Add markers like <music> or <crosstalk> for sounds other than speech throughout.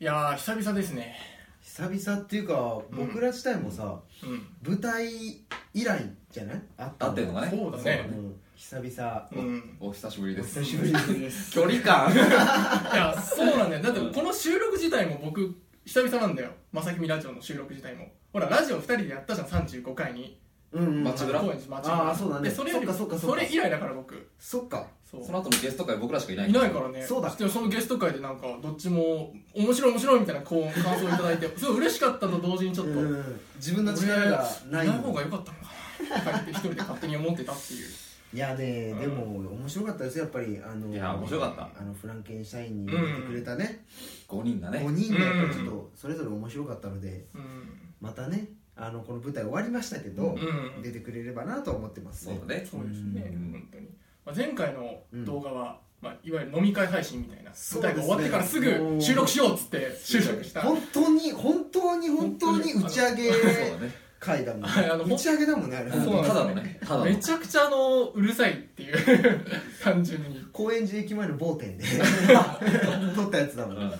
いやー久々ですね久々っていうかうん僕ら自体もさ、うん舞台以来じゃないあった合ってるのかねそうだねうん久々 <laughs> うんお久しぶりです久し <laughs> ぶりです距離感いやそうなんだよだってこの収録自体も僕久々なんだよ「まさきみラジオ」の収録自体もほらラジオ2人でやったじゃん35回にうんうん街裏公園町あーそうだねでそれよりそっかそっかそっかれ以来だから僕そっかそ <laughs> その後のゲスト会僕らしかいないいないからねそうだでそのゲスト会でなんかどっちも面白い面白いみたいなこう感想をいただいて <laughs> すごい嬉しかったと同時にちょっと、うん自分の力がない俺ない方が良かったのかなって一人で勝手に思ってたっていういやね、うんでも面白かったですよやっぱりあのいや面白かったあのフランケンシャインに出てくれたね、 5人が5ね人がやっぱりちょっとそれぞれ面白かったのでうんまたねあのこの舞台終わりましたけど、うん出てくれればなと思ってますそうねだねそうですねうん本当に、まあ、前回の動画は、まあ、いわゆる飲み会配信みたいなそ舞う台ですが終わねってからすぐ収録しようっつって収録した本当に本当に本当に打ち上げそうだね会だもんねはいあの打ち上げだもんねあれそうなんですただのねただのめちゃくちゃあのうるさいっていう <laughs> 単純に高円寺駅前の <laughs> 某店で撮ったやつだもん、うん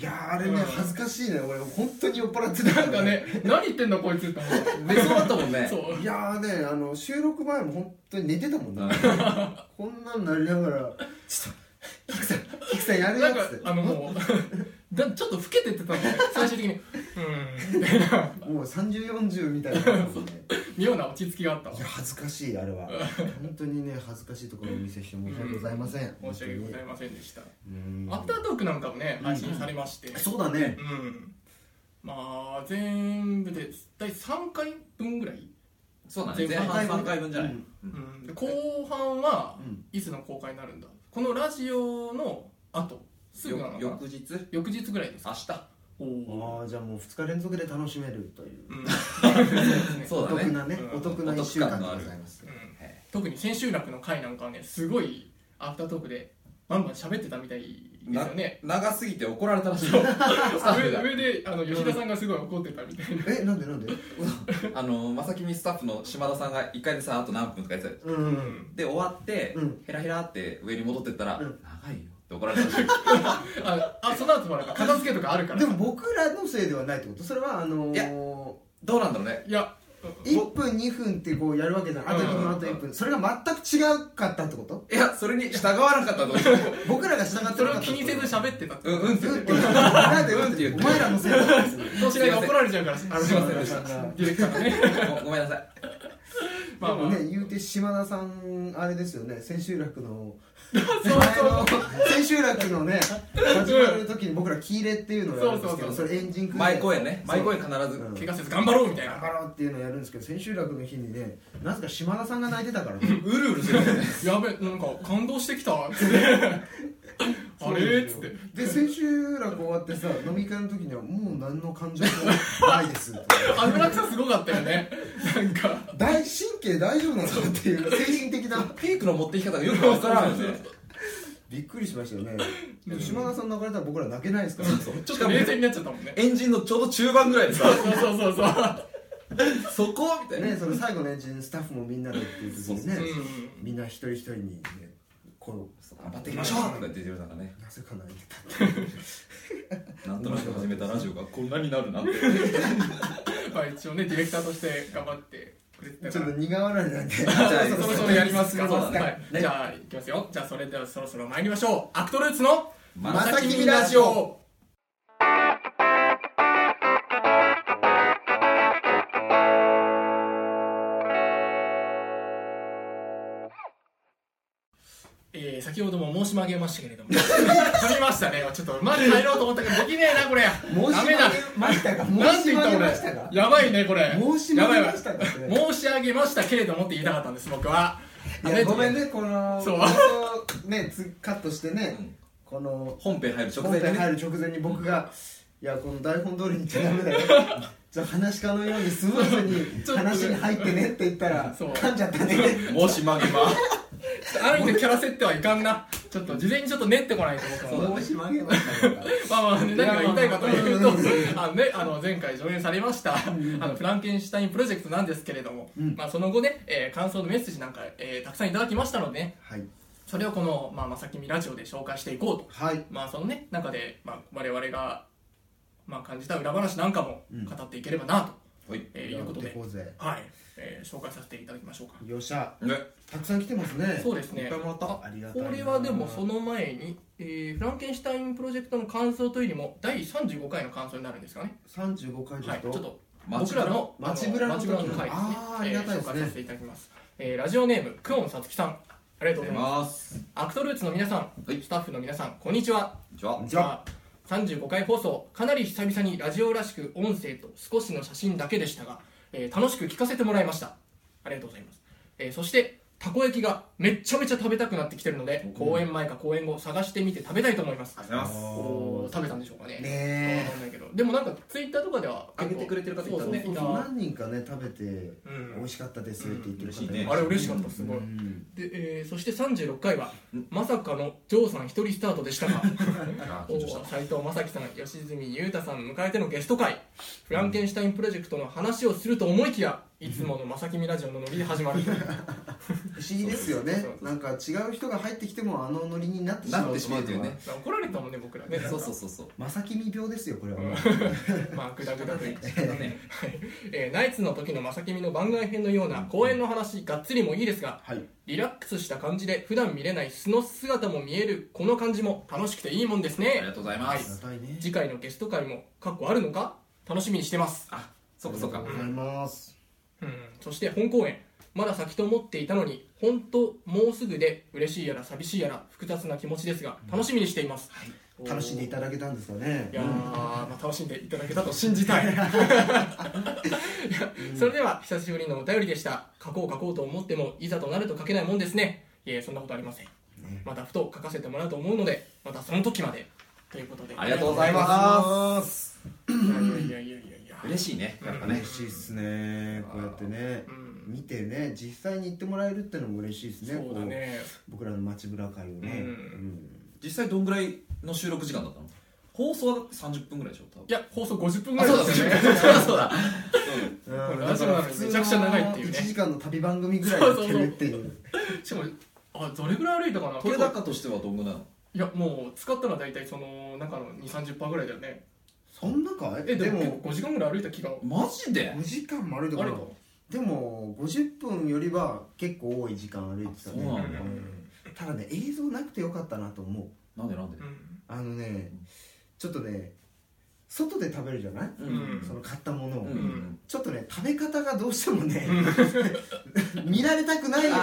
いやーあれね、うん恥ずかしいね俺本当に酔っ払ってたなんかね何言ってんだこいつって思った寝そうだったもんねそういやーねあの収録前も本当に寝てたもんうね、んこんなんなりながらちょっと菊さん菊さんやるなやんかつってあのもう <laughs> だちょっと老けてってたんだよ <laughs> 最終的にうーんみたいなもう3040みたいなやつもね妙な落ち着きがあったわいや恥ずかしいあれは本当にね恥ずかしいところをお見せして申し訳ございません、申し訳ございまませんでしたせんアフタートークなんかもねうん配信されましてうそうだねんまあ全部で第3回分ぐらい、そうだね前前半半3回分じゃないうん、で後半はうんいつの公開になるんだこのラジオの後すぐなのかよな翌日翌日ぐらいです明か日おああじゃあもう2日連続で楽しめるという、うんそうおだね得なね、うんお得な1週間でございますうんへ特に千秋楽の回なんかはねすごいアフタートークでバンバン喋ってたみたいですよねえ長すぎて怒られたらしいよスタッ <laughs> フ上が上であの吉田さんがすごい怒ってたみたいなえなんでなんであのまさきみスタッフの島田さんが1回でさあと何分とか言ってたようん、で終わってうんヘラヘラって上に戻ってったうら長んいよって怒られたらしいああその後もなんか片付けとかあるからでも僕らのせいではないってことそれはあのいー、どうなんだろうねいや1分2分ってこうやるわけじゃんあと1うん分あと1分それが全く違かったってこといやそれに従わなかったと思う僕らが従ってそれなかをっ気たにせず喋ってたってうんうんって言うんっってて言うなんでうんって言ううんって言うお前らのせいだったんですよそうしないと怒られちゃうからあのすいませんでしたディレクターがねごごめんなさいまあまあでもね言うて島田さんあれですよね千秋楽の <laughs> そうそう千秋楽のね始まる時に僕ら「喜入れ」っていうのをやるんですけそうそうそどそうれエンジン組んで前公演ねそう前公演必ずうん怪我せず頑張ろうみたい頑な張ろうっていうのをやるんですけど千秋楽の日にねなぜか島田さんが泣いてたからねうるうるするんだよ <laughs> ねやべなんか感動してきたっつってあれっつってで千秋楽終わってさ飲み会の時にはもう何の感情もないで <laughs> すってあの落差すごかったよねなんか大神経大丈夫なのっていう精神的なピークの持ってき方がよくわからんよねびっくりしましたよねうでんも島田さん泣かれたら僕ら泣けないですからちょっと冷静になっちゃったもんねエンジンのちょうど中盤ぐらいでさそうそうそうそうそこみたいなねその最後のエンジンスタッフもみんなでっていう時にねうんみんな一人一人にねこの頑張っていきましょうとか言って自分さんがねなぜか泣いてたなんとなく始めたラジオがこんなになるなんてまあ一応ねディレクターとして頑張ってくれてたちかょっらと苦笑いなんでじゃあそろそろやりますかそうだねはいねじゃあいきますよじゃあそれではそろそろ参りましょうアクトルーツのまさきみみラジオえー、先ほども申し上げましたけれども <laughs> 噛みましたねちょっとまず入ろうと思ったけどできねえなこれダメだましたかなん申てし言った上げま俺したかやばいねこれ申しや上ばいげわましたかってね申し上げましたけれどもって言いたかったんです僕はいやごめんねこのそう放送ねつカットしてね、うんこの本編入る直本前編にね入る直前に僕が「いやこの台本通りに言っちゃダメ <laughs> だよ」じゃあ話し家のようにスムーちズょっとにね話に入ってねって言ったらそう噛んじゃったね申し曲げまある意味でキャラ設定はいかんなちょっと事前にちょっと練ってこないと僕もそうだね申し曲げましたからまあまあね、いや何が言いたいかというまあと、あのね、あの前回上演されました、あのフランケンシュタインプロジェクトなんですけれども、うんまあその後ね、えー感想のメッセージなんか、えーたくさんいただきましたのでね、はいそれをこの、まあ、まさきみラジオで紹介していこうと。はいまあそのね、中で、まあ我々がまあ、感じた裏話なんかもうん語っていければなと、はいえーいうことやっでて、こうぜはいえー紹介させていただきましょうか、よっしゃねたくさん来てますねそうですねいっぱいもらったありがたいなこれはでもその前に、えーフランケンシュタインプロジェクトの感想というよりも第35回の感想になるんですかね、 35回はい、だちょっとと僕らの街ブラの街ブラの回ですねあーありがたいですねえー紹介させていただきます、えーラジオネームクオンさつきさんありがとうございますますアクトルーツの皆さん、はいスタッフの皆さんこんにちはじゃあじゃああ35回放送かなり久々にラジオらしく音声と少しの写真だけでしたが、えー楽しく聞かせてもらいましたありがとうございます、えーそしてたこ焼きがめっちゃめちゃ食べたくなってきてるので公演前か公演後探してみて食べたいと思いますありがとうございますおおー食べたんでしょうかねーねわかんないけどでもなんかツイッターとかでは結構上げてくれてる方いたねえそうそうそう何人かね食べてうん美味しかったですって言ってる方うん嬉しいねあれ嬉しかったすごいうんでえーそして36回はまさかのジョーさん一人スタートでしたがあー緊張した斎藤正樹さん吉住裕太さんを迎えてのゲスト会フランケンシュタインプロジェクトの話をすると思いきやいつもの正木ミラジオのノリで始まる不思議ですよそうねそうそうなんか違う人が入ってきてもあのノリになってしまうなってしまうというね <laughs> 怒られたもんね僕らねそうそうそうそうまさきみ病ですよこれは、うんまあグダグダと言って仕方 <laughs> ねえーナイツの時の正木ミの番外編のような公演の話がっつりもいいですがはいリラックスした感じで普段見れない素の姿も見えるこの感じも楽しくていいもんですありねがとうございまありがすたいね次回のゲスト会もかっこあるのか楽しみにしてますあそうかそうあかりがとうございますうんそして本公演まだ先と思っていたのに本当もうすぐで嬉しいやら寂しいやら複雑な気持ちですが楽しみにしています、おー楽しんでいただけたんですかねいやー、まあ、楽しんでいただけたと信じたいいやそれでは久しぶりのお便りでした書こう書こうと思ってもいざとなると書けないもんですねいえそんなことありませんねまたふと書かせてもらうと思うのでまたその時までということでありがとうござあいりがとうございまますすいやいやいやいやいや嬉しいねやっぱね嬉しいっすねこうやってねうん見てね実際に行ってもらえるってのも嬉しいですねそうだねこう僕らの街ぶら会をね、うん実際どんぐらいの収録時間だったの放送はだって30分ぐらいでしょ多分いや放送50分ぐあらいそうでだすよねそうだそうだ <laughs> うんこれラジオなのにめちゃくちゃ長いっていうね1時間の旅番組ぐらいやってるっていうしかもあどれぐらい歩いたかな取れ結構高としてはどんぐらいなのいやもう使ったのは大体その中の2 3 0ぐらいだよねそんなかいえででもも5時間ぐらい歩いた気がマジで5時間も歩いてこあなれいでも50分よりは結構多い時間歩いてたねそうなんだただね映像なくてよかったなと思うなんでなんでうんあのねうんちょっとね外で食べるじゃない、うんその買ったものを、うんんちょっとね食べ方がどうしてもね見られたくないような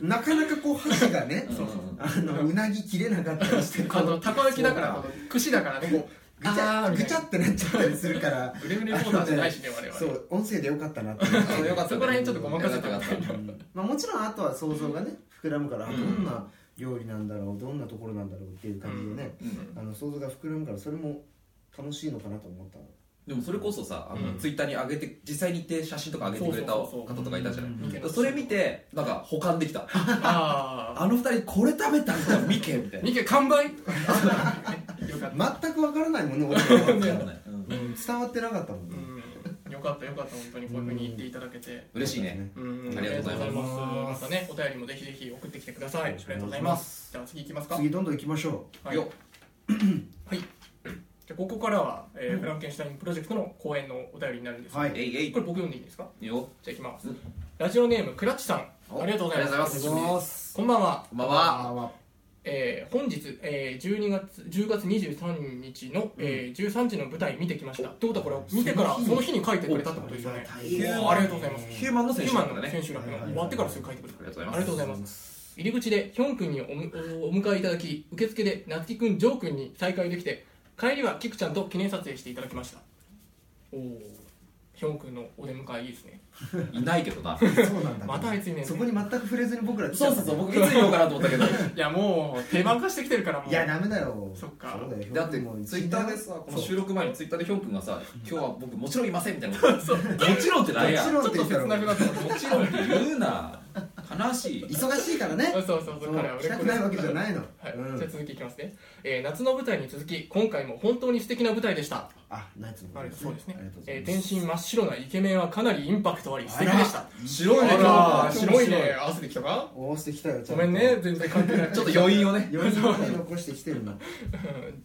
なかなかこう箸がねうんそうそうあのうなぎ切れなかったりしてあのたこ焼きだからそうこの串だからねこぐちあゃーみたぐいちなゃってなっちゃったりするからうブレブレポーターじゃないしね我々そう音声でよかったなって思ってそうよかったそこら辺ちょっとごまかせたよかったよかっうんまあ、もちろんあとは想像がね膨らむから、あうんどんな料理なんだろうどんなところなんだろうっていう感じでね、たうんあの想像が膨らむからそれも楽しいのかなと思ったのでもそれこそさあうの、んツイッターに上げて実際に行って写真とか上げてくれたそうそ方うそうそうとかいたじゃないうん見てだなかいらそれ見てなんか保管できた <laughs> ああの二人これ食べたんだ見けみたあいな見て完 <laughs> 売よかった全くわからないもんね俺わからんないはよねうんうん伝わってなかったもんね、うんよかったよかった本当にこういうふうに言っていただけて嬉しいねうんありがとうございますまたねお便りもぜひぜひ送ってきてくださいあよりろしくおがと願うごいしますざいますじゃあ次行きますか次どんどん行きましょはいよじゃあここからは、えーフランケンシュタインプロジェクトの講演のお便りになるんですけど、はえいえいこれ僕読んでいいんですかよじゃあいきます、うんラジオネームクラッチさんおありがとうございますありがうとうございますこんばんは、こんばんあはーえー本日、えー12月10月23日の、えー13時の舞台見てきましたってことはこれ見てからそその日にの日に書いてくれたってことですよねあおりがたいーありがとうございますヒューマンの選手今なんのだ選ね手楽はいはいはのい終わってからすぐ書いてくれたありがとうごあざりいがとうございます入り口でヒョン君におむお迎えいただき受付で夏木君ジョー君に再会できて帰りはキクちゃんと記念撮影していただきましたおおヒョン君のお出迎えいいですねますいないけどなそうなんだまたあいついねそこに全く触れずに僕ら来ちそゃうったそうそうね僕いつ言おうかなと思ったけど <laughs> いやもう定番化してきてるからもういやダメだよそっかうだよだってもうツイッターでさこの収録前にツイッターでヒョン君が <laughs> さ「今日は僕もちろんいません」みたいなことそうもちろんってなんやもちょちろっんと切なくなったもちろんって言うな悲しい忙しいからねあそうそうそう彼は売来れった子くでないすわけじゃないの、はい、うんじゃあ続きいきますね、えー夏の舞台に続き今回も本当に素敵な舞台でした、あナイツのこはとい、そうですねありがとうござえいーま全す身真っ白なイケメンはかなりインパクトあり素敵でした白いねあら今日白いね合わせてきたかおおしてきたよちゃんとごめんね全然関係ないちょっと余韻をね余韻をね残してきてるなうん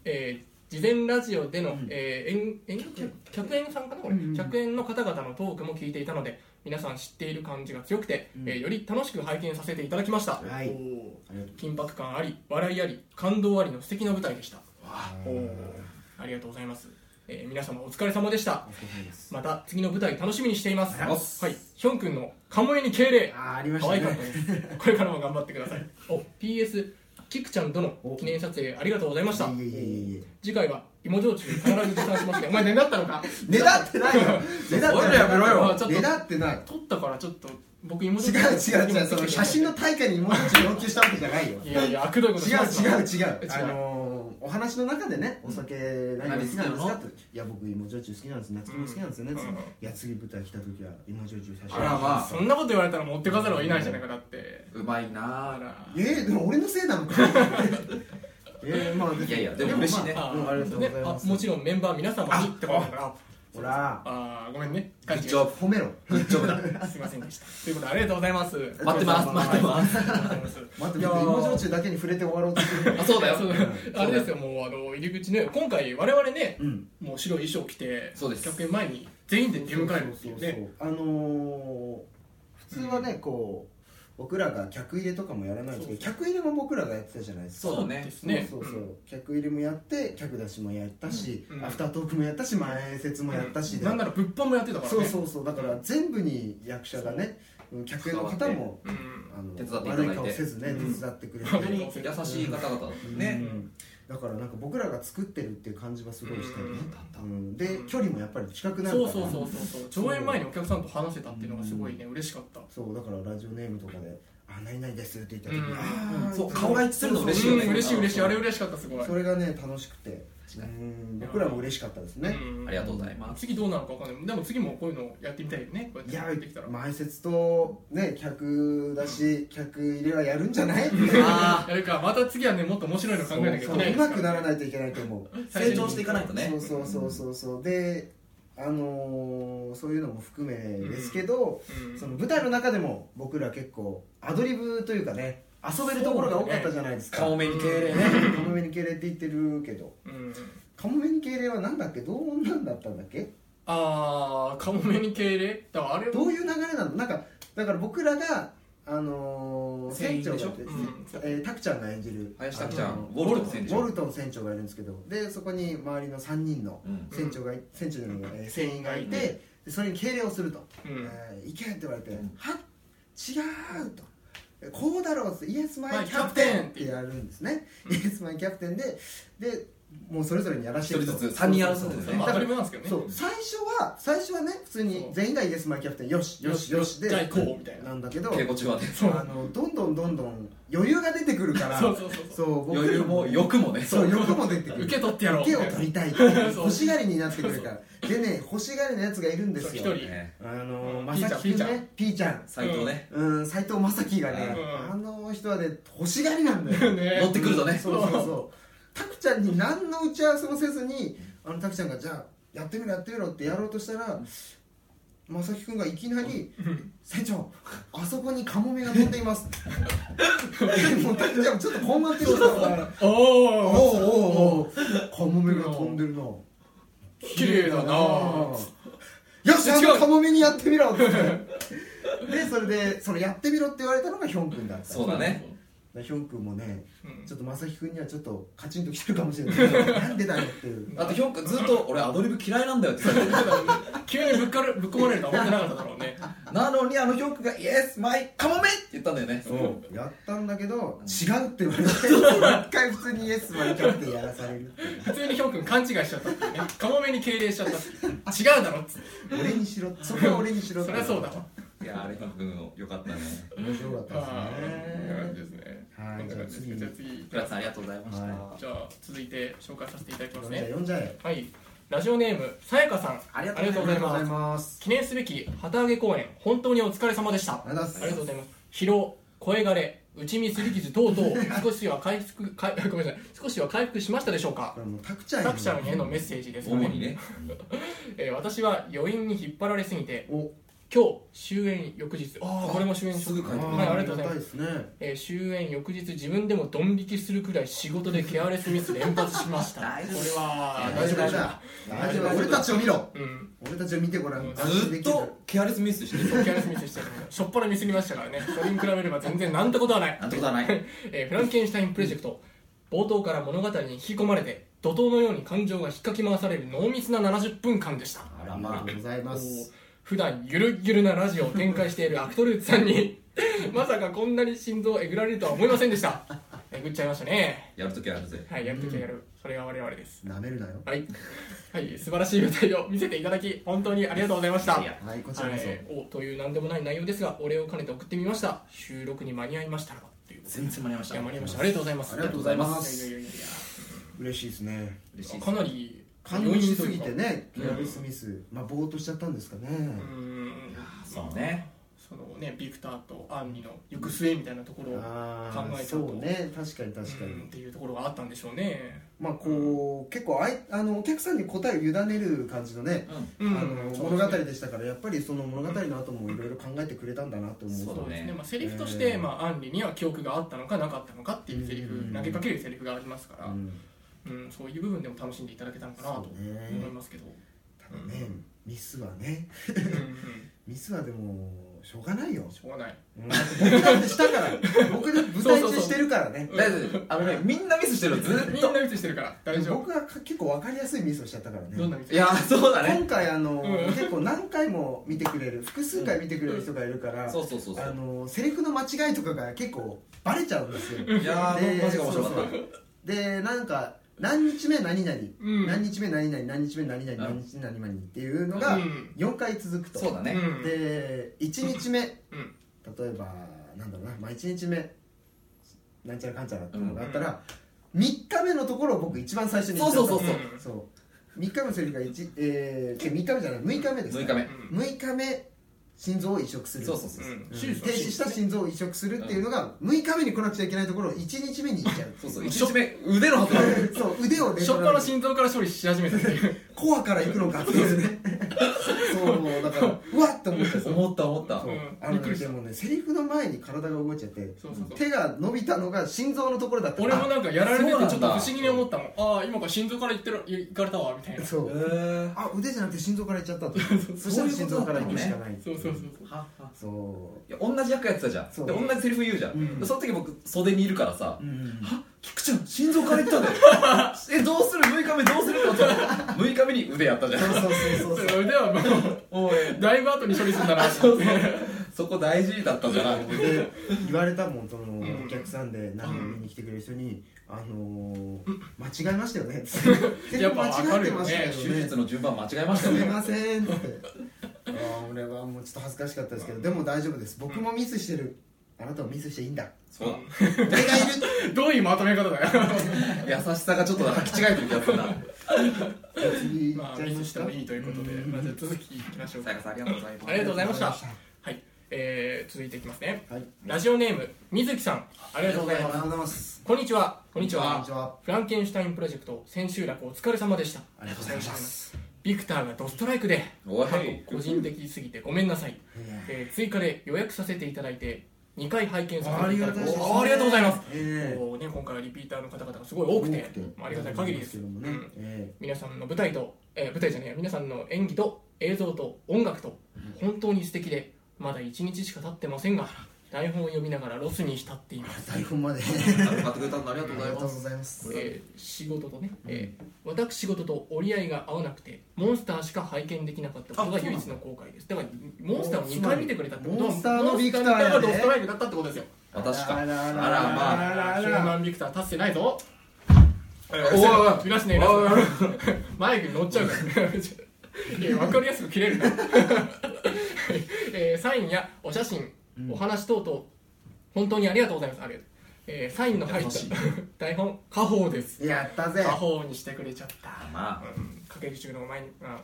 えー事前ラジオでの、うんえー演演客演さんかなこれ、うんうん客演の方々のトークも聞いていたので皆さん知っている感じが強くて、うんえーより楽しく拝見させていただきました、はいおーありがとう緊迫感あり笑いあり感動ありの素敵な舞台でしたあおーありがとうございます、えー皆様お疲れ様でしたお疲れ様ですまた次の舞台楽しみにしていますありがとうございますはいヒョン君の「カモエに敬礼あ」ーありまし可た愛かったねです <laughs> これからも頑張ってくださいお PS キクちゃんとの記念撮影ありがとうございましたいえいえいえいえ次回は芋焼酎必ず持参しますねお前願ったのかねだってないよねだっておいやめろよちょっとねだってない撮ったからちょっと僕芋違う焼違う違う <laughs> その写真の大会にもうちょっと要求したわけじゃないよいやいや悪どいことし違まうす違う違う違うあのーお話の中でねお酒何が好きなんですか何っていや僕芋焼酎好きなんです夏子も好きなんですよね、うんつってうんうんいや次舞台来た時は芋焼酎差しあらまあそんなこと言われたら持ってかざるを得ないじゃないかだってうまいあなぁらえー、でも俺のせいなのかえー、まあいやいやでも嬉しいねまあうんありがとうございあますもちろんメンバー皆様にってことだからほらあーごめんねグッジョ褒めろブグッジョブだすいませんでしたということでありがとうございます待ってます待ってますます待って僕芋焼酎だけに触れて終わろうとして <laughs> るあそうだよそうあれですよもうあの入り口ね今回我々ねうんもう白い衣装着てそうです客演前に全員で出迎えるっていうねそうそうそうあのー、普通はね、こう僕らが客入れとかもやらないんですけど客入れも僕らがやってたじゃないですかそうだねですねそうそうそううん客入れもやって客出しもやったし、うんアフタートークもやったし前説もやったしで、なんなら物販もやってたからそうねそうそうだから全部に役者がね客の方も、うんあの手伝っていただいて悪い顔せずね、うん手伝ってくれて、本本当当にに優しい方々だねうんだからなんか僕らが作ってるっていう感じはすごいしたよね、ううんで距離もやっぱり近くなるそかうらそうそうそうそう上演前にお客さんと話せたっていうのがすごいね嬉しかったそうだからラジオネームとかで「あ何々です」って言った時うんにあーそう顔が一致するの嬉しいよねうん嬉しい嬉しいあれ嬉しかったすごいそれがね楽しくて確かにうん僕らも嬉しかったですねんありがとうございます次どうなのかわかんないでも次もこういうのやってみたいよねこういややってできたら前説とね客だし客入れはやるんじゃないあやるかまた次はねもっと面白いの考えなきゃいけなそいうそうですうからまくならないといけないと思うー成長していかないとねそうそうそうそうそうであのーそういうのも含めですけど、うんその舞台の中でも僕ら結構アドリブというかね遊べるところが多かったじゃないですか顔目に敬礼ねカモメに敬礼って言ってるけどうんカモメに敬礼はなんだっけどうなんだったんだっけああカモメに敬礼だからあれどういう流れなのなんかだから僕らがあのー船船員長でしょがですねうんえータクちゃんが演じる林拓ちゃあんのウォルトンウ選手ォルトン船長がいるんですけどでそこに周りの3人のうん船長がい船長じゃないえー船員がいて、うんでそれに敬礼をすると「うえんー行け!」って言われて「うんはっ違う!」と。こうだろうっつってイエスマイキャプマイキャプテテンンっっててやるんですね、イエスマイキャプテンででもうそれぞれにやらせて一人ずつ三人やらせてるんですねまあだアドからリブなんですけどねそう最初は最初はね普通にそう全員がイエスマイキャプテンよしよしよしでじゃあ行こうみたいななんだけど稽古中はねあのどんどんどんどん余裕が出てくるからそうそうそうそうそう僕ら余裕も欲もねそう欲も出てくる受け取ってやろう受けを取りたい <laughs> そう欲しがりになってくるからでね欲しがりのやつがいるんですよそう一人ねあのピーちゃんまさきくんねピーちゃん斎藤ねうん斎藤まさきがねうんあの人はね欲しがりなんだ <laughs> よね乗ってくるとねそうそうそう <laughs> タクちゃんに何の打ち合わせもせずにあのタクちゃんがじゃあやってみろやってみろってやろうとしたらまさきくんがいきなり「船長あそこにカモメが飛んでいます」 <laughs> もうタクちゃんもちょっと困惑してたからお「おうおおうおうカモメが飛んでるな」綺麗だなよしあ違うのカモメにやってみろって <laughs> でそれでそのやってみろって言われたのがヒョン君だったそうだねでヒョン君もねうんちょっと正輝君にはちょっとカチンときてるかもしれないなんでだよっていうあとひょんくんずっと俺アドリブ嫌いなんだよって言ってた急にぶっかるぶっ込まれるとは思ってなかっただろうね <laughs> なのにあのひょんくんが「イエスマイカモメ!」って言ったんだよねやったんだけど違うって言われて一回普通にイエスマイキャプテンやらされるっていう普通にヒョン君勘違いしちゃったっていうねカモメに敬礼しちゃったっていう違うだろっつって俺にしろそこは俺にしろそりゃそうだわいやあれひょんくんのよかったね面白かったですあーこんな感じでねすねはいこんな感じですねじじゃあ次ゃあ倉田さんありがとうございました、はじゃあ続いて紹介させていただきます読んじゃえね読んじゃえはいラジオネームさやかさんありがありがとうございますます記念すべき旗揚げ公演本当にお疲れ様でしたありがとうあごりがざいとうまございます疲労声がれ打ち身すり傷等々少しは回 <laughs> 復かいごめんなさい少しは回復しましたでしょうすかこれもうタクちゃん作者へのメッセージですか主にねえー私は余韻に引っ張られすぎてお「今日終演翌日ああこれも終演すぐ書いてくれはいありがとうございますすですねえー終演翌日自分でもドン引きするくらい仕事でケアレスミス連発しましたこ <laughs> 大れ丈夫は大丈夫大丈大丈夫大大丈丈夫夫俺たちを見ろ夫うん俺たちを見てごらんずっとケアレスミスしてるそうケアレスミスしてるしょっぱなミスりましたからねそれに比べれば全然なんてことはないなんてことはないえーフランケンシュタインプロジェクト、冒頭から物語に引き込まれて怒涛のように感情が引っかき回される濃密な70分間でしたあらまあありがとうございます普段ゆるゆるなラジオを展開しているアクトルーツさんに <laughs> まさかこんなに心臓をえぐられるとは思いませんでしたえぐっちゃいましたねやるときはやるぜはいやるときはやる、それが我々ですなめるなよはい、はい、素晴らしい舞台を見せていただき本当にありがとうございましたいやはいこちらこそはい、おという何でもない内容ですがお礼を兼ねて送ってみました収録に間に合いましたらばという全然間に合いましたいや間に合いましたありがとうございますありがとうございまいやいすやいやいや嬉しいですね嬉しいですかなり感動しすぎてねうんケアレスミスまあぼーっとしちゃったんですかねうーんそうねそのねビクターとアンリの行く末みたいなところをあ考えあちゃうとそうね確かに確かうんっにていうところがあったんでしょうねまあこう結構あいあのお客さんに答えを委ねる感じのねううあんのそう物語でしたからやっぱりその物語の後もいろいろ考えてくれたんだなと思うそうだですね、ねまあ、セリフとして、えーまあ、アンリには記憶があったのかなかったのかっていうセリフ、うん投げかけるセリフがありますから、ううんんそういう部分でも楽しんでいただけたのかなとそうね思いますけど、ただねミスはねうんうんミスはでもしょうがないよしょうがないうん僕だってしたから僕だって舞台中してるからねうん大丈夫あのねみんなミスしてるずみっんとなミスしてるから大丈夫僕はか結構わかりやすいミスをしちゃったからねどんなミスいやそうだね今回あの、うん結構何回も見てくれる複数回見てくれる人がいるから、そうそうそうそあうのセリフの間違いとかが結構バレちゃうんですよいやーでマジか面白かそっうそうでなんか何日目何々、うん何日目何々何日目何々うん何日目何々っていうのがうん4回続くたと、そうだねうんで1日目例うんえばなんだろうな、まあ、1日目なんちゃらかんちゃらっていうのがあったら、3日目のところを僕一番最初に言っちゃったそうそうそうそうそう3日目のセリフが1、えー、違う3日目じゃない6日目です6日目うん目6日目心臓を移植するそうそうそううんうん手術停止した心臓を移植するっていうのが6日目に来なくちゃいけないところを1日目に行っちゃうそうそう一日目腕の発音そう腕をねしょっぱな心臓から処理し始めたっていう <laughs> コアから行くのかっていうねそうだからうわっと思っち <laughs> ゃう思った思ったそううんあびっのくねりしでたもねセリフの前に体が動いちゃってそうそうそう手が伸びたのが心臓のところだった俺もなんかやられててちそうょなっとんだ不思議に思ったもんああ今から心臓から行ってる行かれたわみたいなあそそう、えあ腕じゃなくて心臓から行っちゃっ <laughs> たとそしたそうらいう心ことだ臓っかたらのね行くしかないうそうそうそうははそいや同じ役やってたじゃんそうで同じセリフ言うじゃん、うんでその時僕袖にいるからさ「う、うんは菊ちゃん心臓からいったんだよ <laughs> えどうする6日目どうする?」って思ったら6日目に腕やったじゃそうんそうそうそうそれではもう <laughs> おいだいぶ後に処理するんだなそうそう <laughs> そこ大事だったんじゃないで言われたもんそのんお客さんで何人見に来てくれる人に「あのー、間違えましたよね」っ <laughs> てやっぱ分か間違えるてよまねしたよ手ね術の順番間違えましすたみねません」ってあー俺はもうちょっと恥ずかしかったですけどでも大丈夫です僕もミスしてるあなたもミスしていいんだそうだ俺がいるどういうまとめ方 <laughs> だよ優しさがちょっと履き違えてる気がするな次行まっあちゃいミまスししたてもいいということでうんまあじゃあ続きいきましょうさやかさんありがとうございますありがとうございましたありがとうはいえー続いていきますねございまラジオネーム水木さんありがとうございしたはいあますりがとうございますこんにちはこんにちこんはにちはフランケンシュタインプロジェクト千秋楽お疲れ様でしたありがとうございますビクターがドストライクでおい過去個人的すぎてごめんなさいいやえー追加で予約させていただいて2回拝見さあせてりいたがだたきまいですしねたありがとうございます、ええこうね、今回はリピーターの方々がすごい多くて多くてまあ、ありがたい限りですけどもねうんえ皆さんの舞台と、えー舞台じゃねえや皆さんの演技と映像と音楽と本当に素敵でまだ1日しか経ってませんが台本を読みながらロスに浸っていますえ台本まで買ってくれたんだありがとうござ <laughs> いますざいますえー仕事とね、えー私仕事と折り合いが合わなくてモンスターしか拝見できなかったことがあそう唯なんだ一の後悔ですだからモンスターを2回見てくれたってことはモンスターのビクターやねモンスターがドストライクだったってことですよ私かあらああららまああらあらヒューマンビクター達成ないぞおいおいおいいらすねいらすねマイクに乗っちゃうからいや分かりやすく切れるな、 <laughs> はいえーサインやお写真、お話等々本当にありがとうございますありがとう、えーサインの入った優しい台本家宝ですやったぜ家宝にしてくれちゃったま掛け中の前に、あ、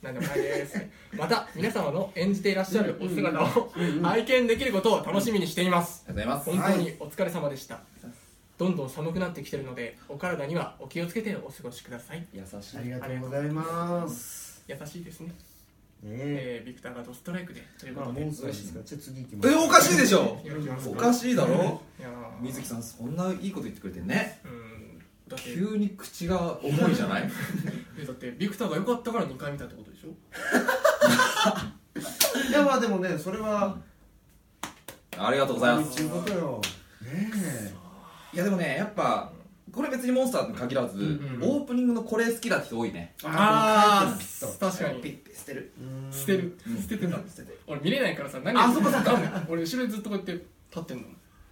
なんでもないです。また、皆様の演じていらっしゃるお姿を拝見できることを楽しみにしています。ありがとうございます本当にお疲れ様でした。どんどん寒くなってきてるので、お体にはお気をつけてお過ごしください。優しありいがとうございます優しいですね。ええービクターがドストライクでというこまあとモでンスターですからじゃあ次行きますえおかしいでしょよろしくお願いしますおかしいだろいやー水木さんそんないいこと言ってくれてねうんだって急に口が重いじゃないえだってビクターが良かったから2回見たってことでしょいやまあでもねそれはありがとうございますそういうことよねえいやでもねやっぱこれ別にモンスターに限らず、うんうんオープニングのこれ好きだって人多いねあーー確かピにッピ捨てる捨てる捨ててた捨てて俺見れないからさ何あそっかそっかわんない <laughs> 俺後ろにずっとこうやって立ってんの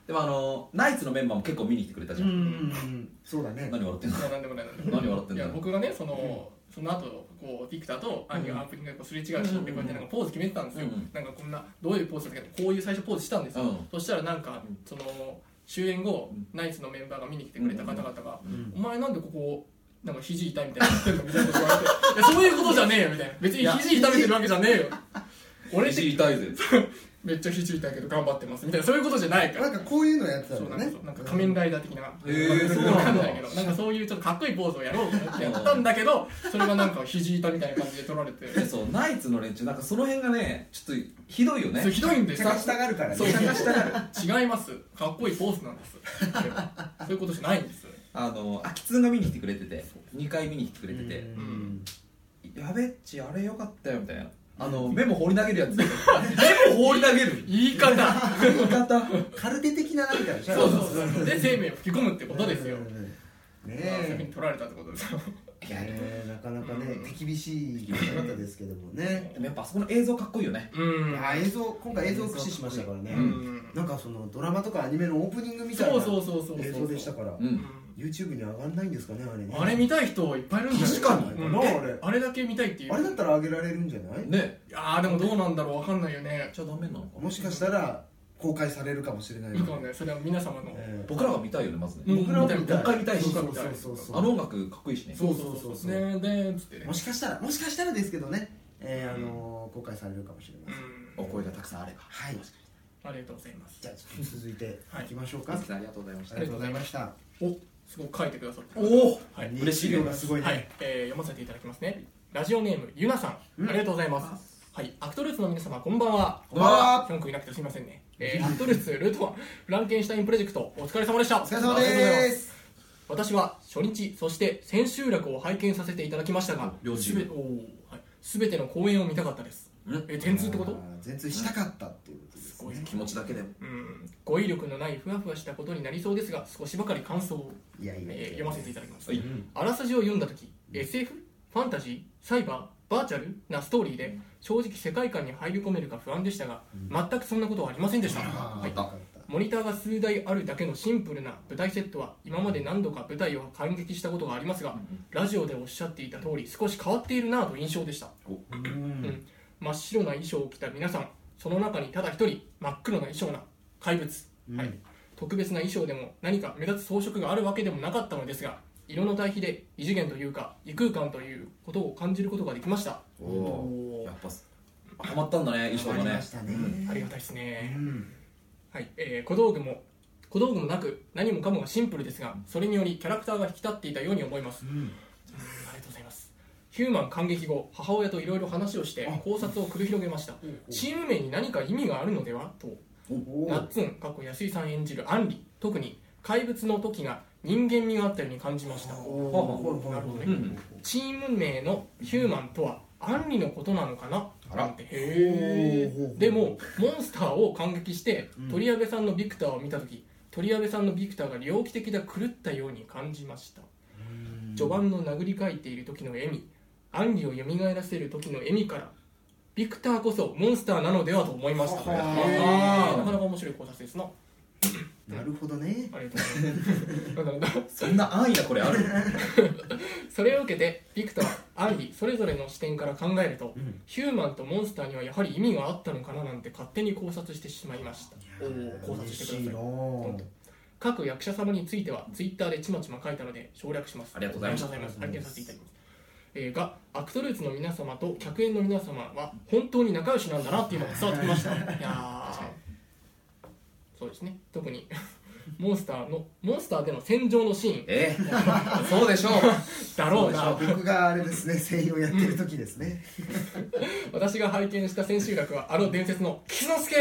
でもあのナイツのメンバーも結構見に来てくれたじうゃん、んそうだね何笑ってんのいやなんでもないなんでもない何笑ってんいのや僕がねその、その後こうビクターとアンニがアップリングがこうすれ違うシーンでこうやってなんかポーズ決めてたんですよ、うんうんなんかこんなどういうポーズだったかこういう最初ポーズしたんですよ、うんそしたらなんかうんその終演後、うんナイツのメンバーが見に来てくれた方々が「うんお前なんでここなんか肘痛いみたいになってんの?」みたいなこと言われて「いやそういうことじゃねえよ」みたいな「別に肘痛めてるわけじゃ <laughs> ねえよ」俺って肘痛いぜめっちゃ肘痛いけど頑張ってますみたいなそういうことじゃないからなんかこういうのやってたそんうなだんかねそうなんか仮面ライダー的な、へーそうなんだわかんないけどなんかそういうちょっとかっこいいポーズをやろうと思ってやったんだけどそれがなんか肘板みたいな感じで取られていやそうナイツの連中なんかその辺がねちょっとひどいよねそうひどいんでちすゃかしたがるからねそうちゃかしたがる違いますかっこいいポーズなんですそういうことじゃないんですあのあきつんが見に来てくれてて2回見に来てくうれててん「やべっちあれよかったよ」みたい <laughs> なあのメモ放り投げ <laughs> るやつメモ放り投げる言い方言い方カルテ的な何かでしそょうそうそうで生命を吹き込むってことですようんねまあそういうふうえに取られたってことですよいやでねえなかなかねうん手厳しい方々ですけどもねもやっぱあそこの映像かっこいいよねうんあ映像今回映像を駆使しましたからねうんなんかそのドラマとかアニメのオープニングみたいそうなそうそうそう映像でしたからううんん YouTube に上がんないんですかねあれねあれ見たい人いっぱいいるんじゃない確かにうんなあえあれあれだけ見たいっていうあれだったら上げられるんじゃないねいやーでもどうなんだろうわかんないよねじゃあダメなのかなもしかしたら公開されるかもしれないいいかもねそれは皆様のええ僕らは見たいよねまずうんね僕らも見たいもうも一そうう一回見たいそうそうあの音楽かっこいいしねそうそうそうそうねでーっつってねもしかしたらもしかしたらですけどね、えーあのー公開されるかもしれまうせん、んお声がたくさんあればはいありがとうございますじゃあちょっと続いていきましょうか、水木さんありがとうございましたありがとうございましたおすごく書いてくださっておおはい嬉しい量がすごいね、はい、えー読ませていただきますねラジオネームゆなさん、うんありがとうございますはいアクトルーツの皆様こんばんはこんばんはヒョン君いなくてすみませんね、えー、アクトルーツルートワンフランケンシュタインプロジェクトお疲れ様でしたお疲れ様です私は初日そして千秋楽を拝見させていただきましたが両チームすべおーはい、全ての公演を見たかったですうんえ天通ってことあー全通したかったっていうことですすごい気持ちだけでもうん語彙力のないふわふわしたことになりそうですが少しばかり感想を、いやいやいやえー読ませていただきます、はいあらすじを読んだ時 SF ファンタジーサイバーバーチャルなストーリーで正直世界観に入り込めるか不安でしたが全くそんなことはありませんでした、あーはいよかったモニターが数台あるだけのシンプルな舞台セットは今まで何度か舞台を感激したことがありますがラジオでおっしゃっていた通り少し変わっているなぁと印象でしたうんうん真っ白な衣装を着た皆さんその中にただ一人真っ黒な衣装な怪物、うんはい、特別な衣装でも何か目立つ装飾があるわけでもなかったのですが色の対比で異次元というか異空間ということを感じることができましたおおやっぱハマったんだね衣装がありねましたね、ありがたいですね、うんはいえー小道具も小道具もなく何もかもがシンプルですがそれによりキャラクターが引き立っていたように思いますうんありがとうございますヒューマン感激後母親といろいろ話をして考察を繰り広げましたチーム名に何か意味があるのではとおナッーツンかっこ安井さん演じるアンリ特に怪物の時が人間味があったように感じましたおーなるほどねうんチーム名のヒューマンとはアンリのことなのかなあらなんてへほうほうほーうでもモンスターを感激してうん鳥籔さんのビクターを見た時鳥籔さんのビクターが猟奇的だ狂ったように感じましたうん序盤の殴り返っている時の笑みアンリを蘇らせる時の笑みからビクターこそモンスターなのではと思いましたはあはーなかなか面白い考察ですななるほどねありがとうございます <laughs> そんな安易なこれあるそれを受けてビクターアンリそれぞれの視点から考えると、うんヒューマンとモンスターにはやはり意味があったのかななんて勝手に考察してしまいましたおー考察してくださいどんどん各役者様についてはツイッターでちまちま書いたので省略しますありがとうございますありがとうございます拝見させていただきますえーがアクトルーツの皆様と客演の皆様は本当に仲良し <laughs> なんだなっていうのが伝わってきましたいやーそうですね特にモンスターのモンスターでの戦場のシーン <laughs> え <laughs> そうでしょうだろうな <laughs> 僕があれです <laughs> ね声優をやってる時ですね、私が拝見した千秋楽はあの伝説の「菊之助!」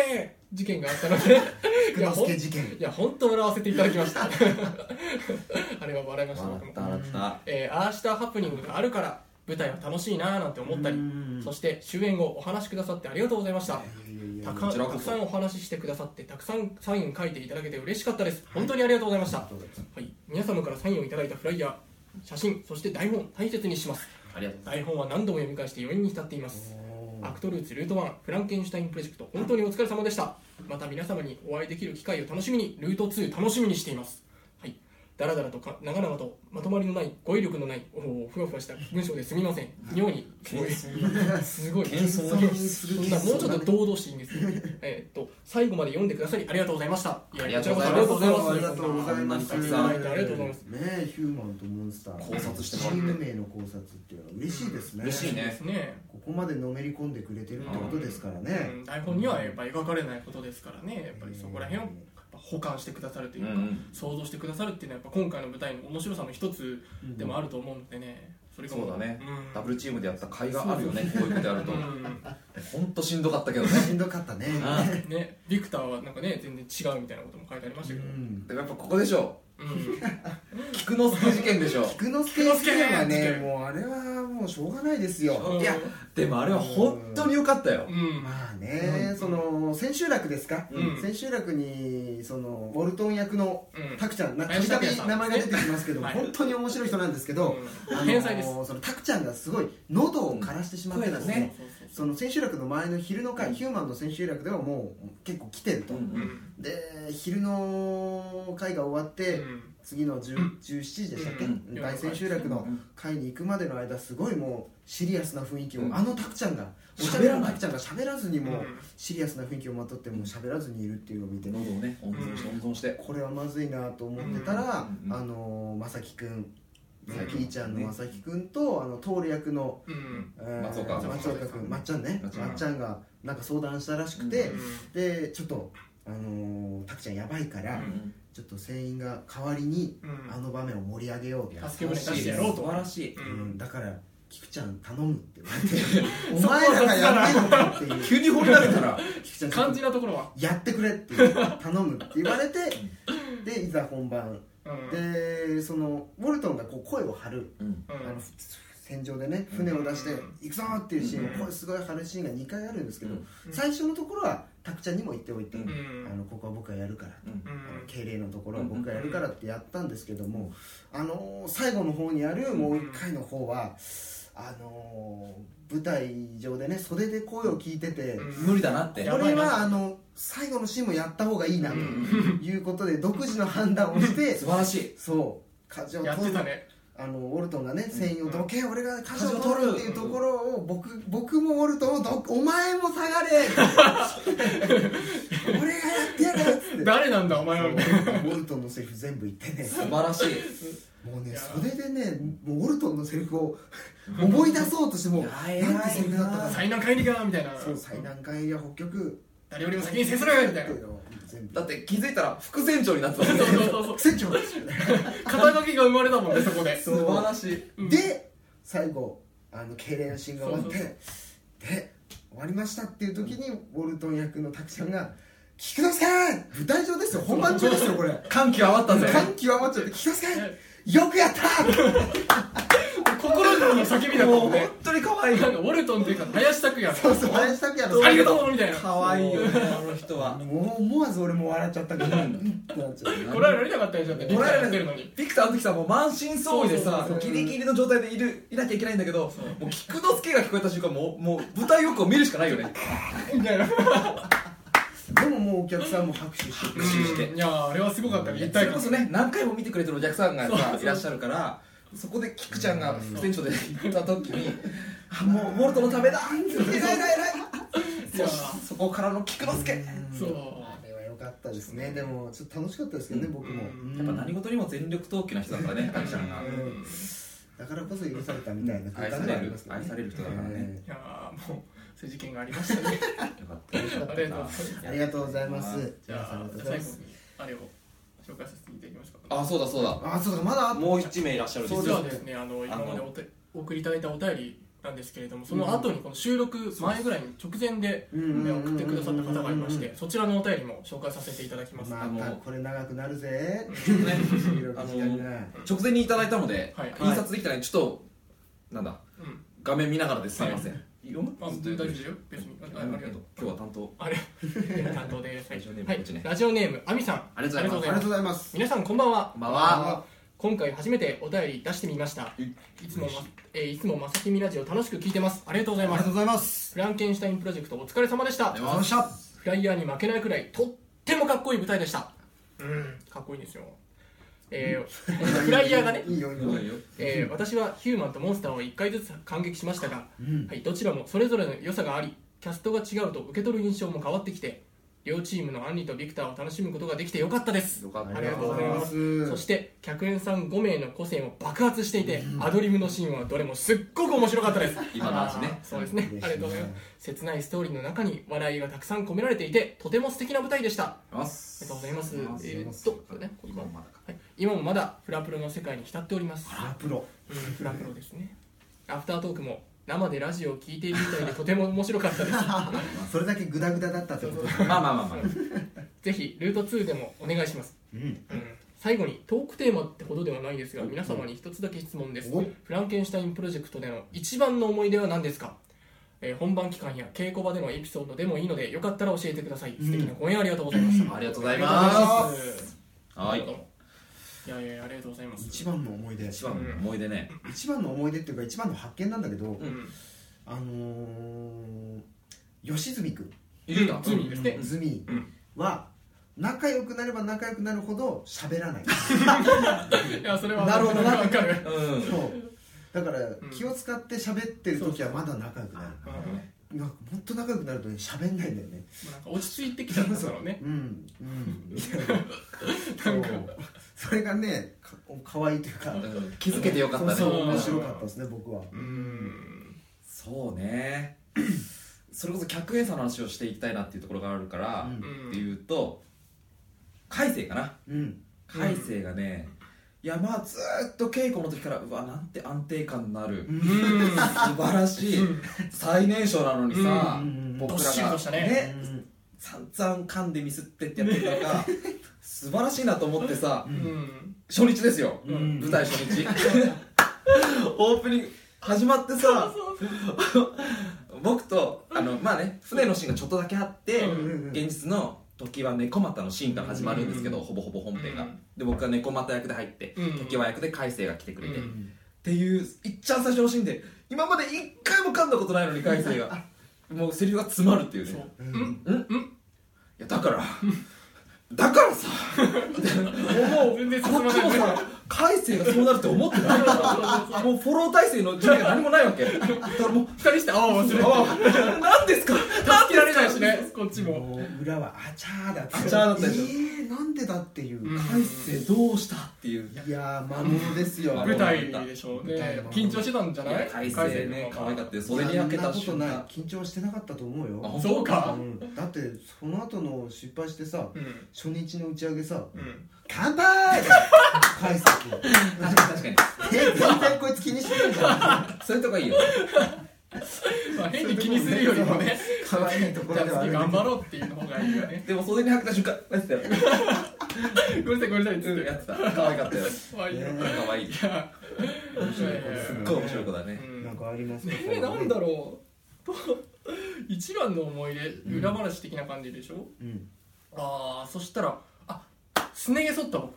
事件があったの <laughs> で福之助事件いや本当笑わせていただきました <laughs> あれは笑いました笑僕っもた笑ったえーああしたハプニングがあるから舞台は楽しいなーなんて思ったりうんそして終演後お話しくださってありがとうございましたたくさんこちらこたそくさんお話ししてくださってたくさんサイン書いていただけて嬉しかったです本当にありがとうございました、はい、皆様からサインをいただいたフライヤー写真そして台本大切にしますありがとう台本は何度も読み返して余韻に浸っていますアクトルーツルート1フランケンシュタインプロジェクト本当にお疲れ様でしたまた皆様にお会いできる機会を楽しみにルート2楽しみにしていますはいだらだらとか長々とまとまりのない語彙力のないおーふわふわした文章ですみません妙にすごい謙遜そんなもうちょっと堂々していいんですよえーっと最後まで読んでくださりありがとうございましたいやありがとうございこまちらこそあすありりががととううごござざいいまますすありがとうございますねえヒューマンとモンスター考察してチもらーっム名の考察っていうのは嬉しいですね嬉しいねですねここまでのめり込んでくれてるってことですからね、うん台本にはやっぱ描かれないことですからねやっぱりそこら辺をやっぱ保管してくださるというか、うんうん想像してくださるっていうのはやっぱ今回の舞台の面白さの一つでもあると思うのでねそれがもそうだねうん、ダブルチームでやった甲斐があるよねこういうことやるとうん本当しんどかったけどねしんどかったねうねビクターはなんかね全然違うみたいなことも書いてありましたうけど、うんんんでもやっぱここでしょ菊之助事件でしょ菊之助事件は菊之助事ね件もうあれはもうしょうがないですようんいやでもあれは本当に良かったようんまあね、うんその千秋楽ですか、うん千秋楽にそのウォルトン役のうんタクちゃんなたび林た拓び也さん名前が出てきますけど、はい本当に面白い人なんですけど、うんあの天才ですそのタクちゃんがすごい喉を枯らしてしまってうでん声すがねね、その千秋楽の前の昼の回、ヒューマンの千秋楽ではもう結構来てると、うんうんで昼の回が終わって、うん次の10 17時でしたっけ、うん大千秋楽の会に行くまでの間すごいもうシリアスな雰囲気を、うんあのタクちゃんがおしゃ喋べららないタクちゃんが喋らずにもううんシリアスな雰囲気をまとってもう喋らずにいるっていうのを見て、喉をね温存して温存してこれはまずいなと思ってたら、うんあのまさきくんうんさきーちゃんのまさきくんとあのトール役の、うんえー松岡松岡くんまっちゃんねままっっちゃんちゃんがなんか相談したらしくて、うんでちょっとあのタクちゃんやばいから、うんちょっと船員が代わりにうんあの場面を盛り上げようと、助け舟出してやろうと素晴らしいうん、だから菊ちゃん頼むって言われてお前らがやってんのかっていう急に掘り出れたら菊ちゃん肝心なところは、やってくれっていう頼むって言われてでいざ本番うんでそのウォルトンがこう声を張る、うんうんあのふ戦場でね船を出しうてん「行くぞ!」っていうシーン、うん声すごい張るシーンが2回あるんですけど、うん最初のところはタクちゃんにも言っておいて「うんあのここは僕がやるから」うんうあのん敬礼のところは僕がやるからってやったんですけども、あのー最後の方にあるもう1回の方は、あのー舞台上でね袖で声を聞いてて、うん無理だなってやこばいれなはあの最後のシーンもやった方がいいなということで、独自の判断をして <laughs> 素晴らしいそう舵をやっ取てるたねあのウォルトンがね船員をどけ、俺が舵を舵を取取るるっていうところを僕僕もウォルトンをどお前も下がれ <laughs> 俺がやってやるっつって。誰なんだお前はみたいなウォルトンのセリフ全部言ってね素晴らしいもういねやそれでねもうウォルトンのセリフを思い出そうとしてもいやなん偉いなてセリフだ <laughs> ったか最難会議かみたいななそう最難関や北極誰よりも先に制するみたいな全部だって気づいたら副船長になってたそうそうそうそう船長肩書きが生まれたもんねそこでそう素晴らしいで最後あの痙攣のシーンが終わってそうで終わりましたっていう時にウォルトン役のタクちゃんが「菊之助舞台上ですよ本番中ですよこれ感極まったぜ感極まっちゃって菊之助よくやった!」心からの叫びだったもんね当に可愛なんかウォルトンっていうか林拓也そうそう林拓也のありがとうみたいな可愛いよねあの人はもう思わず俺も笑っちゃったけど、うんってなっちゃう。これはやりたかったでしょだってこらえられててるるののににビクターの時さもう満身創痍でさそうそうそうギリギリの状態でいるいなきゃいけないんだけどもう菊之助が聞こえた瞬間もうもう舞台横を見るしかないよねみたいなでももうお客さんも拍手してんるし、していやーあれはすごかったね一そ体れこ感そね何回も見てくれてるお客さんがそうそうさいらっしゃるからそこで菊ちゃんが副店長で <laughs> 行った時にあもうウォルトのためだ偉い偉いいや偉いそそこからの菊之助やそうあれは良かったですね。でもちょっと楽しかったですけどね、僕も。うんっぱ何事にも全力投球な人だからねあきちゃんがうんだからこそ許されたみたいな愛空間さではれありるますけど、愛される人だからねえいやーもうそういう事 <laughs> 件がありましたねよかっあたりがとうございますえありがとうございます。じゃあ皆さんありがとうご最ざ後います。にあれを紹介させていただきましたあそうだそうだあそうだまだあっもう一名いらっしゃるんです実よはですねあのあの今までお手お送りいただいたお便りなんですけれどもその後にこの収録前ぐらいに直前でうんうんうんねうん送ってくださった方がいましてそちらのお便りも紹介させていただきます、まあのたこれ長くなるぜねいろいろあの時間が直前にいただいたので、はい印刷できたらちょっとなんだうん画面見ながらですすいません、読むあずっと大丈夫読でんですよ別にああありりががととうう今日は担当あれ担当 <laughs> ですラジオネームはこっちねい、ラジオネームあみさんありがとうございますありがとうございます皆さんこんばんはこんばんは今回初めてお便り出してみましたいいつもま、えーいつもまさきみラジオ楽しく聞いてますありがとうござあいりまがすとうございますフランケンシュタインプロジェクトお疲れ様でしたありがとうございましたフライヤーに負けないくらいとってもかっこいい舞台でしたうんかっこいいんですよえー <laughs> フライヤーがねいいよいいよはいよえー私はヒューマンとモンスターを1回ずつ感激しましたが、はい、どちらもそれぞれの良さがありキャストが違うと受け取る印象も変わってきて両チームのアンリとビクターを楽しむことができてよかったですよかったありがとうございますすそして客演さん5名の個性も爆発していて、アドリブのシーンはどれもすっごく面白かったです今の話ねあーそうですね嬉しいねありがとうございます切ないストーリーの中に笑いがたくさん込められていてとても素敵な舞台でしたあありりががととうございますえーっとねここ今もまだかはい、今もまだフラプロの世界に浸っておりますあらプロうんフラプロですねアフタートークも生でラジオを聴いているみたいでとても面白かったです <laughs> それだけグダグダだったってことだまあまあまあまあぜひルート2でもお願いしますうん最後にトークテーマってほどではないですが皆様に一つだけ質問ですおフランケンシュタインプロジェクトでの一番の思い出は何ですか、えー本番期間や稽古場でのエピソードでもいいのでよかったら教えてください素敵な講演ありがとうございました、ありがとうございあまりがとうごすざいますはいどうもいやいやいやありがとうございます一番の思い出一番の思い出ね一番の思い出っていうか一番の発見なんだけど、うんあのー、吉住君いいな罪ですね、ズミうんは仲良くなれば仲良くなるほど喋らないいやそれはなるほどな分かるうんそうだからん気を使って喋ってる時はまだ仲良くなるうんなんかもっと仲良くなるとね喋んないんだよねなんか落ち着いてきたんだろうねうんうんみたいなそうそれがねかかわいいというかうん気づけてよかったねそうそううん面白かったですね僕はうんそうねそれこそ客演さんの話をしていきたいなっていうところがあるかうら、んうんっていうと海星かなうんうん海星がね、いやまあずーっと稽古の時からうわなんて安定感のある、うんうん素晴らしい、最年少なのにさ、うん僕どっしりらとがしたねうん散々噛んでミスってってやってたの <laughs> が素晴らしいなと思ってさうん初日ですよ、うん舞台初日 <laughs> オープニング始まってさ僕とあのまあね船のシーンがちょっとだけあって、うんうんうん現実の時は猫又のシーンから始まるんですけど、うんほぼほぼ本編が、うんで僕が猫又役で入って、うん時は役で海星が来てくれて、うっんていういっちゃん最初のシーンで今まで一回も噛んだことないのに海星がもうセリフが詰まるっていうねそううんうんんいやだからだからさもう全然進こまっないちもさ海星がそうなると思ってないからもうフォロー体制の準備が何もないわけだからもう二人してああ忘れああ何ですか助けられないしねこっちももう裏はあちゃーだったあちゃーだったでしょえー、なんでだっていう、うん海星どうしたっていういやー魔物ですよ舞台でしょう舞台ねだもん緊張してたんじゃない海星ね可愛かったよそ袖れにに開開けけたたこと瞬ない間緊張してなかったと思うよあほんそううかん、だってその後の出版してさうん初日の打ち上げさうん「乾杯!」返すって確かに確かにえ全然こいつ気にしてるじゃんそういうとこいいよまあ変に気にするよりもね可愛いとこじゃろあではあ次頑る張ろうっていうの方がいいよねでも袖に開けた瞬間こうやってたよ <laughs> ごめんなさいごめんなさいっつうんやっってた可愛かったよてかわいいよね可愛いすっ面白い子ですねごい面白い子だねうんなんかありますかえーなんだろうと一番の思い出裏話的な感じでしょうんああそしたらあすね毛剃った僕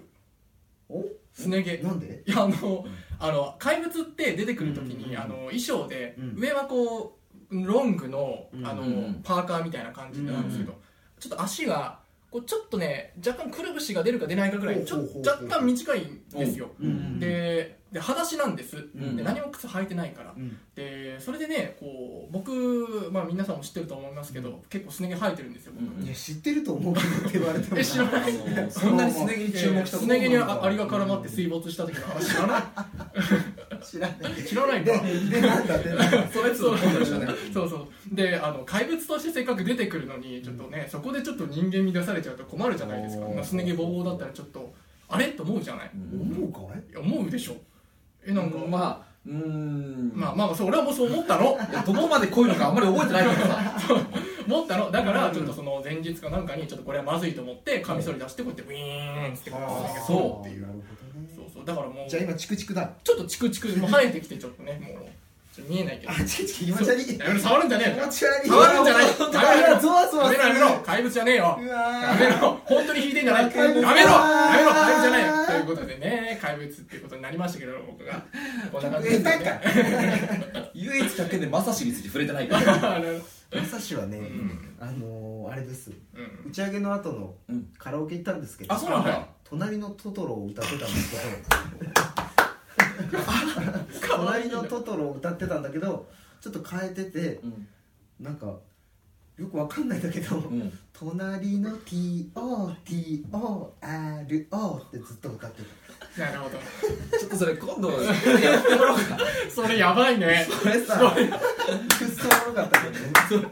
おすね毛なんでいやあのあの怪物って出てくる時に、うんうんうんあの衣装で、うん上はこうロングのうんあの、うんうんパーカーみたいな感じなんですけど、ちょっと足がこうちょっとね若干くるぶしが出るか出ないかぐらいちょほうほうほう若干短いんですよ、うんうんでで裸足なんです、んで何も靴履いてないからうんでそれでねこう僕、まあ、皆さんも知ってると思いますけど、結構すね毛生えてるんですよ僕、うんいや知ってると思うけどって言われてもえ知らないあのそんなにすね毛に注目したすこねと毛にあアリが絡まって水没した時の話知らない知らない知らないんでだでなんだでなんだそれそう今度でしたね <laughs> そうそうであの怪物としてせっかく出てくるのにちょっとね、そこでちょっと人間に出されちゃうと困るじゃないですかおーすね毛ぼうぼうだったらちょっとあれと思うじゃない思うか俺いや思うでしょえなんか、まあ、まあうーんまあまあそう俺はもうそう思ったの <laughs> いやどこまで濃いのかあんまり覚えてないけどさ思ったのだからちょっとその前日かなんかにちょっとこれはまずいと思ってカミソリ出してこうやってウィーンってこうやってそうっていうなるそうそうだからもうじゃあ今チクチクだちょっとチクチクもう生えてきてちょっとねもうちょっと見えないけどあチクチク気持ち悪いそうやめろ触るんじゃねえよ気持ち悪い触るんじゃないよダメだゾワゾやワめすろるやめろ怪物じゃねえようわやめろ本当に引いてんじゃないやめろやめろ怪物怪物じゃないよということでね怪物っていうことになりましたけど僕がこんな感じで、ね、唯一100点でまさしについて触れてないからまさしはねんあのーあれですうん打ち上げの後のうんカラオケ行ったんですけど <laughs> あそうなんだ隣のトトロを歌ってたんですけど隣のトトロを歌ってたんだけどちょっと変えててうんなんかよくわかんないんだけど、うん隣の TOTORO ってずっと歌ってなるほどちょっとそれ今度やってもらおうかそれやばいねたこれさくっそおもろかったけどね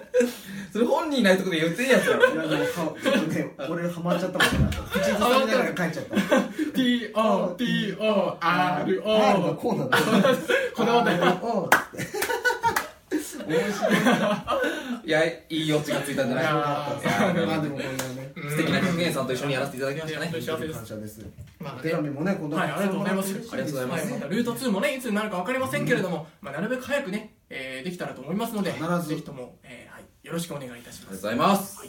それ本人いないとこで言ってんやつだろいやでもはちょっとね俺ハマっちゃったもんな口ずさみながら書いちゃった R が TOTORO こうなんだよこだわったよ RO いやいい余地がついたんじゃないいやまあでもこんなねうん素敵な学園さんと一緒にやらせていただきましたね本当に幸せです感謝ですまあねお手紙もねこんなはい、ありがとうございます。嬉しありがとうございますはまたルート2もね、いつになるかわかりませんけれども、まあ、なるべく早くね、えーできたらと思いますので、必ずぜひとも、えーはい、よろしくお願いいたしありがまとうす。ございます。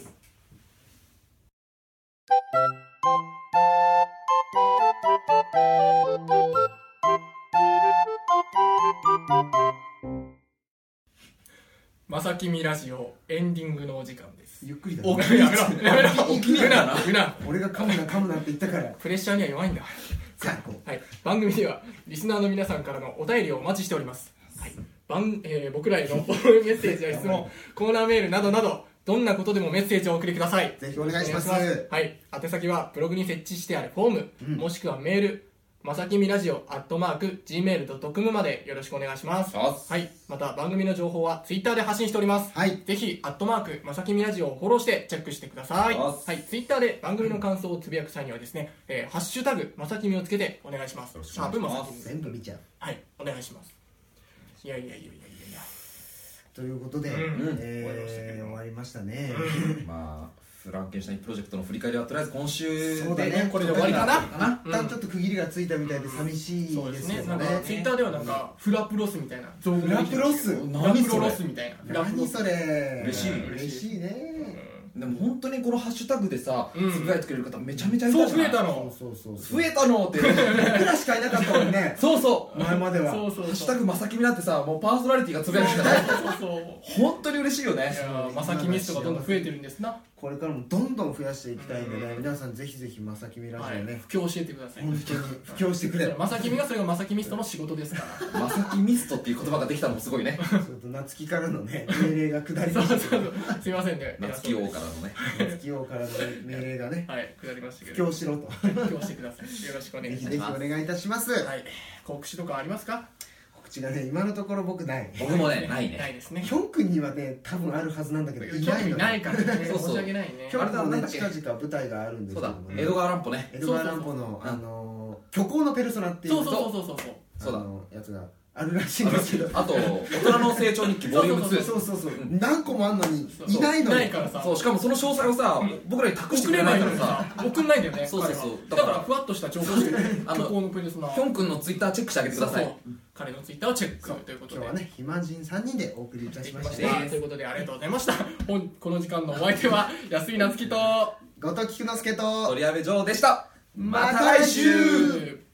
まさきみラジオエンディングのお時間です。ゆっくりだおねやめろ、やめろ、お気に入り言うな、言うな。俺が噛むな噛むなって言ったからプレッシャーには弱いんだ。最高はい、番組ではリスナーの皆さんからのお便りをお待ちしております、はい番えー僕らへの <laughs> メッセージや質問コーナーメールなどなどどんなことでもメッセージをお送りくださいぜひお願いしますお願いはい、宛先はブログに設置してあるフォーム、うんもしくはメールまさきみラジオアットマーク Gmail.com までよろしくお願いしますよしはい、また番組の情報はツイッターで発信しておりますはいぜひ、アットマーク、まさきみラジオをフォローしてチェックしてください。おっはい、ツイッターで番組の感想をつぶやく際にはですね、えーハッシュタグ、まさきみをつけてお願いします。シャープまさきみ。全部見ちゃうはい、お願いします。いやいやいやいやいやいや。ということで、うんえー終わりましたね、まあ、フランケンシュタインプロジェクトの振り返りはとりあえず今週そうだでねこれで終わりかななうん一旦ちょっと区切りがついたみたいで寂しそういでですすねけ。どなんか、ツイッターねではなんか、フラプロスみたいな造語フラプロスフラ何プそロれロスみたいな。フラプロ何ス。それ嬉しい嬉しいうんねでも本当にこのハッシュタグでさ、うんつぶやいてくれる方めちゃめちゃいそたう、じゃ増なえいたそのう。そうそうそう増えたのって僕らしかいなかったもんねそうそ <laughs> う前まではそうそうそう。ハッシュタグまさきみだってさもうパーソナリティがつぶやくしかないそうそうそう。本当に嬉しいよいねやーまさきミスとかどんどん増えてるんですな。これからもどんどん増やしていきたいので、うん皆さんぜひぜひまさきみラジはオい、ね、布教教えてください。本当に布教してく <laughs> れまさきみがそれがまさきミストの仕事ですから。まさきミストっていう言葉ができたのもすごいねちょっと夏希からのね命令が下りそまうそうしそたけうど。すいませんね。夏希王からのね夏希王からの命令がねはい、下りましたけ布ど。教しろと今日してください。よろしくお願ぜいひしまぜひお願いいたします、す。はい、告知とかありますか？告知がね今のところ僕ない僕もねないなねいですね。ヒョン君にはね多分あるはずなんだけどいないのいないからね。そうそう申し訳ないねヒ。ョン君もあれだなんねだっけ近々舞台があるんですそうけどだも江戸川乱歩ね江戸川乱歩のあのー虚構のペルソナっていうそうそうそうそうそう。そうだあのやつがあるらしいんですけどあと大人の成長日記ボリューム2そうそうそう何個もあんのにそういないのないにからさ。そうしかもその詳細をさ、僕らに託して送くれればないいいかのらにささ、送んないんだよね。そうそうそう彼はだからふわっとした情報しかあの虚構のペルソナ。ヒョン君のツイッターチェックしてあげてくださいそうそう彼のツイッターをチェックということ今で日は。ね暇人3人でお送りいたしましとできたましたいうことでありがとうございました。本この時間のお相手は安井 <laughs> 夏樹と。後藤菊之助と鳥矢部城でしたまた来週週